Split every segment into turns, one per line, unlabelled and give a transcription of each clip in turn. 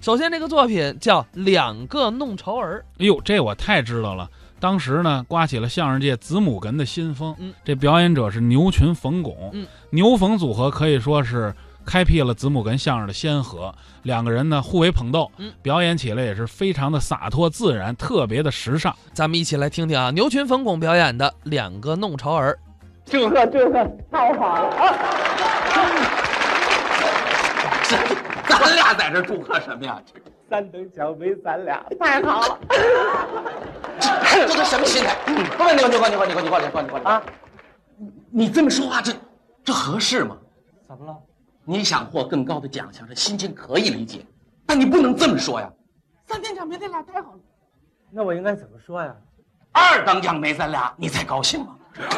首先，这个作品叫《两个弄潮儿
哎呦，这我太知道了。当时呢，刮起了相声界子母哏的新风。
嗯
这表演者是牛群、冯巩。
嗯
牛冯组合可以说是开辟了子母哏相声的先河。两个人呢互为捧逗，
嗯
表演起来也是非常的洒脱自然，特别的时尚。》，
咱们一起来听听啊，牛群、冯巩表演的《两个弄潮儿》。
这个这个太好了啊！
咱俩在这祝贺什么呀？这
三等奖没咱俩，太好了
这这都什么心态？
嗯
不是你你你你你你你你啊！
啊！
你这么说话，这这合适吗？
怎么了？
你想获更高的奖项，这心情可以理解，但你不能这么说呀。三等奖没咱俩太好了，
那我应该怎么说呀？
二等奖没咱俩，你才高兴吗？ 我我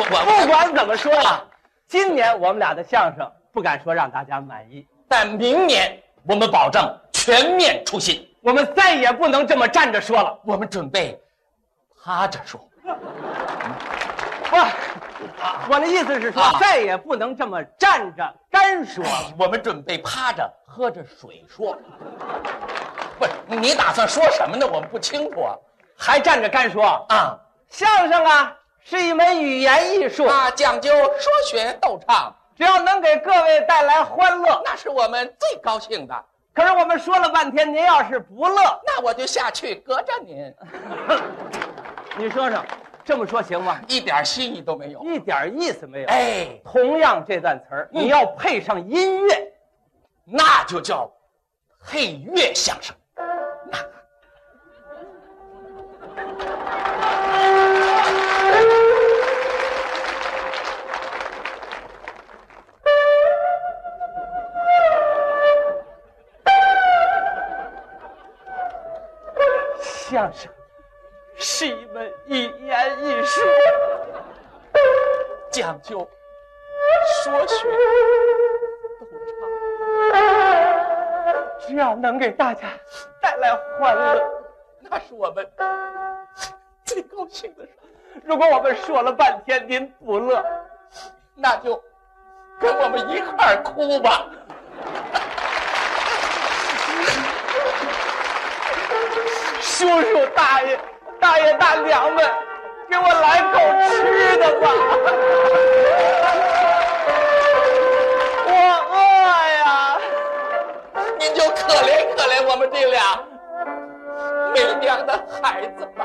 我
不管怎么说呀，今年我们俩的相声不敢说让大家满意，
但明年我们保证全面出新，
我们再也不能这么站着说了。
我们准备趴着说。
不是，我的意思是说，
啊
再也不能这么站着干说了。
我们准备趴着喝着水说。不是，你打算说什么呢？我们不清楚啊。
还站着干说？
啊
相声啊，是一门语言艺术，
啊，讲究说学逗唱，
只要能给各位带来欢乐。
那是我们最高兴的。
可是我们说了半天，您要是不乐，
那我就下去隔着您，
你说说，这么说行吗？
一点新意都没有。
一点意思没有。
哎，
同样这段词儿，
嗯
你要配上音乐，
那就叫配乐相声。
相声是一门语言艺术，
讲究说学逗唱，
只要能给大家带来欢乐。
那是我们最高兴的事。
如果我们说了半天您不乐，
那就跟我们一块儿哭吧。
叔叔大爷、大爷大娘们，给我来口吃的吧， 我饿呀。
您就可怜可怜我们这俩没娘的孩子吧。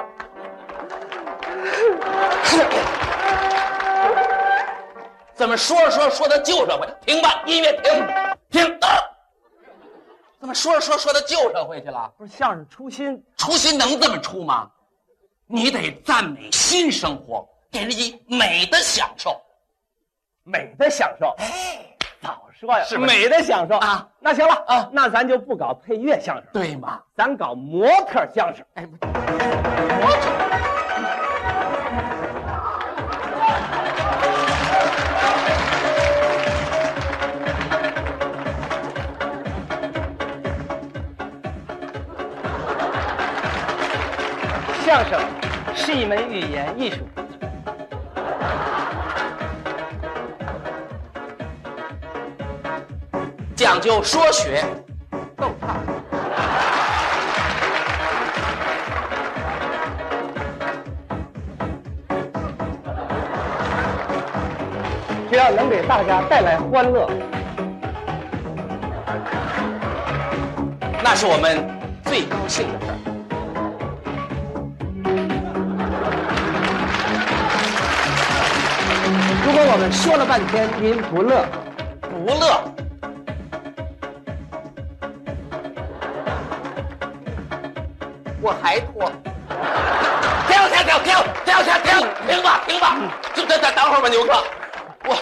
怎么说着说着说到旧社会？停吧，音乐停，停。啊怎么说着说着说到旧社会去了？
不是相声初心，
出新能这么出吗？你得赞美新生活，给人以美的享受。
美的享受。
哎，
早说呀，
是不是
美的享受
啊！
那行了
啊
那咱就不搞配乐相声，
对吗？
咱搞模特相声。
哎，
相声是一门语言艺术。
讲究说学逗唱。
只要能给大家带来欢乐，
那是我们最高兴的事儿。
如果我们说了半天您不乐，
不乐，我还拖。停停停停停停停停吧停
嗯
吧，就等等等会儿吧，牛哥，我，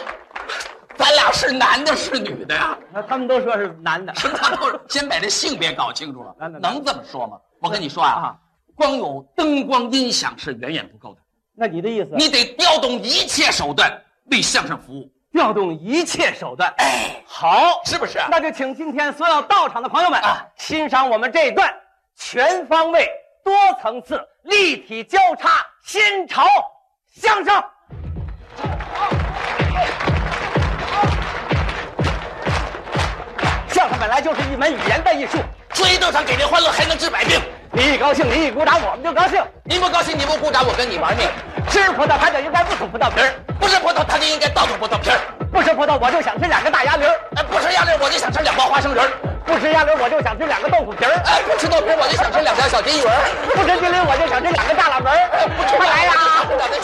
咱俩是男的，是女的呀？
那他们都说是男的，
咱们先把这性别搞清楚了
男的，男的
能这么说吗？我跟你说啊
啊，
光有灯光音响是远远不够的，
那你的意思？
你得调动一切手段为相声服务。
调动一切手段。
哎，
好，
是不是？
那就请今天所有到场的朋友们
啊
欣赏我们这一段全方位、多层次、立体交叉新潮相声。相相声本来就是一门语言的艺术，
追斗上给您欢乐，还能治百病。
你一高兴，你一鼓掌，我们就高兴。
您不高兴，你不鼓掌，我跟你玩命。
吃葡萄他就应该不吐葡萄皮儿，
不是葡萄，他就应该倒吐葡萄皮儿。
不吃葡萄我就想吃两个大鸭梨儿，
哎，不吃鸭梨，我就想吃两包花生仁儿。
不吃鸭梨我就想吃两个豆腐皮儿，
哎，不吃豆皮，我就想吃两条小金鱼儿。
不吃鸡梨我就想吃两个大脑门
哎
儿。
不吃
快来呀！
两
啊
条啊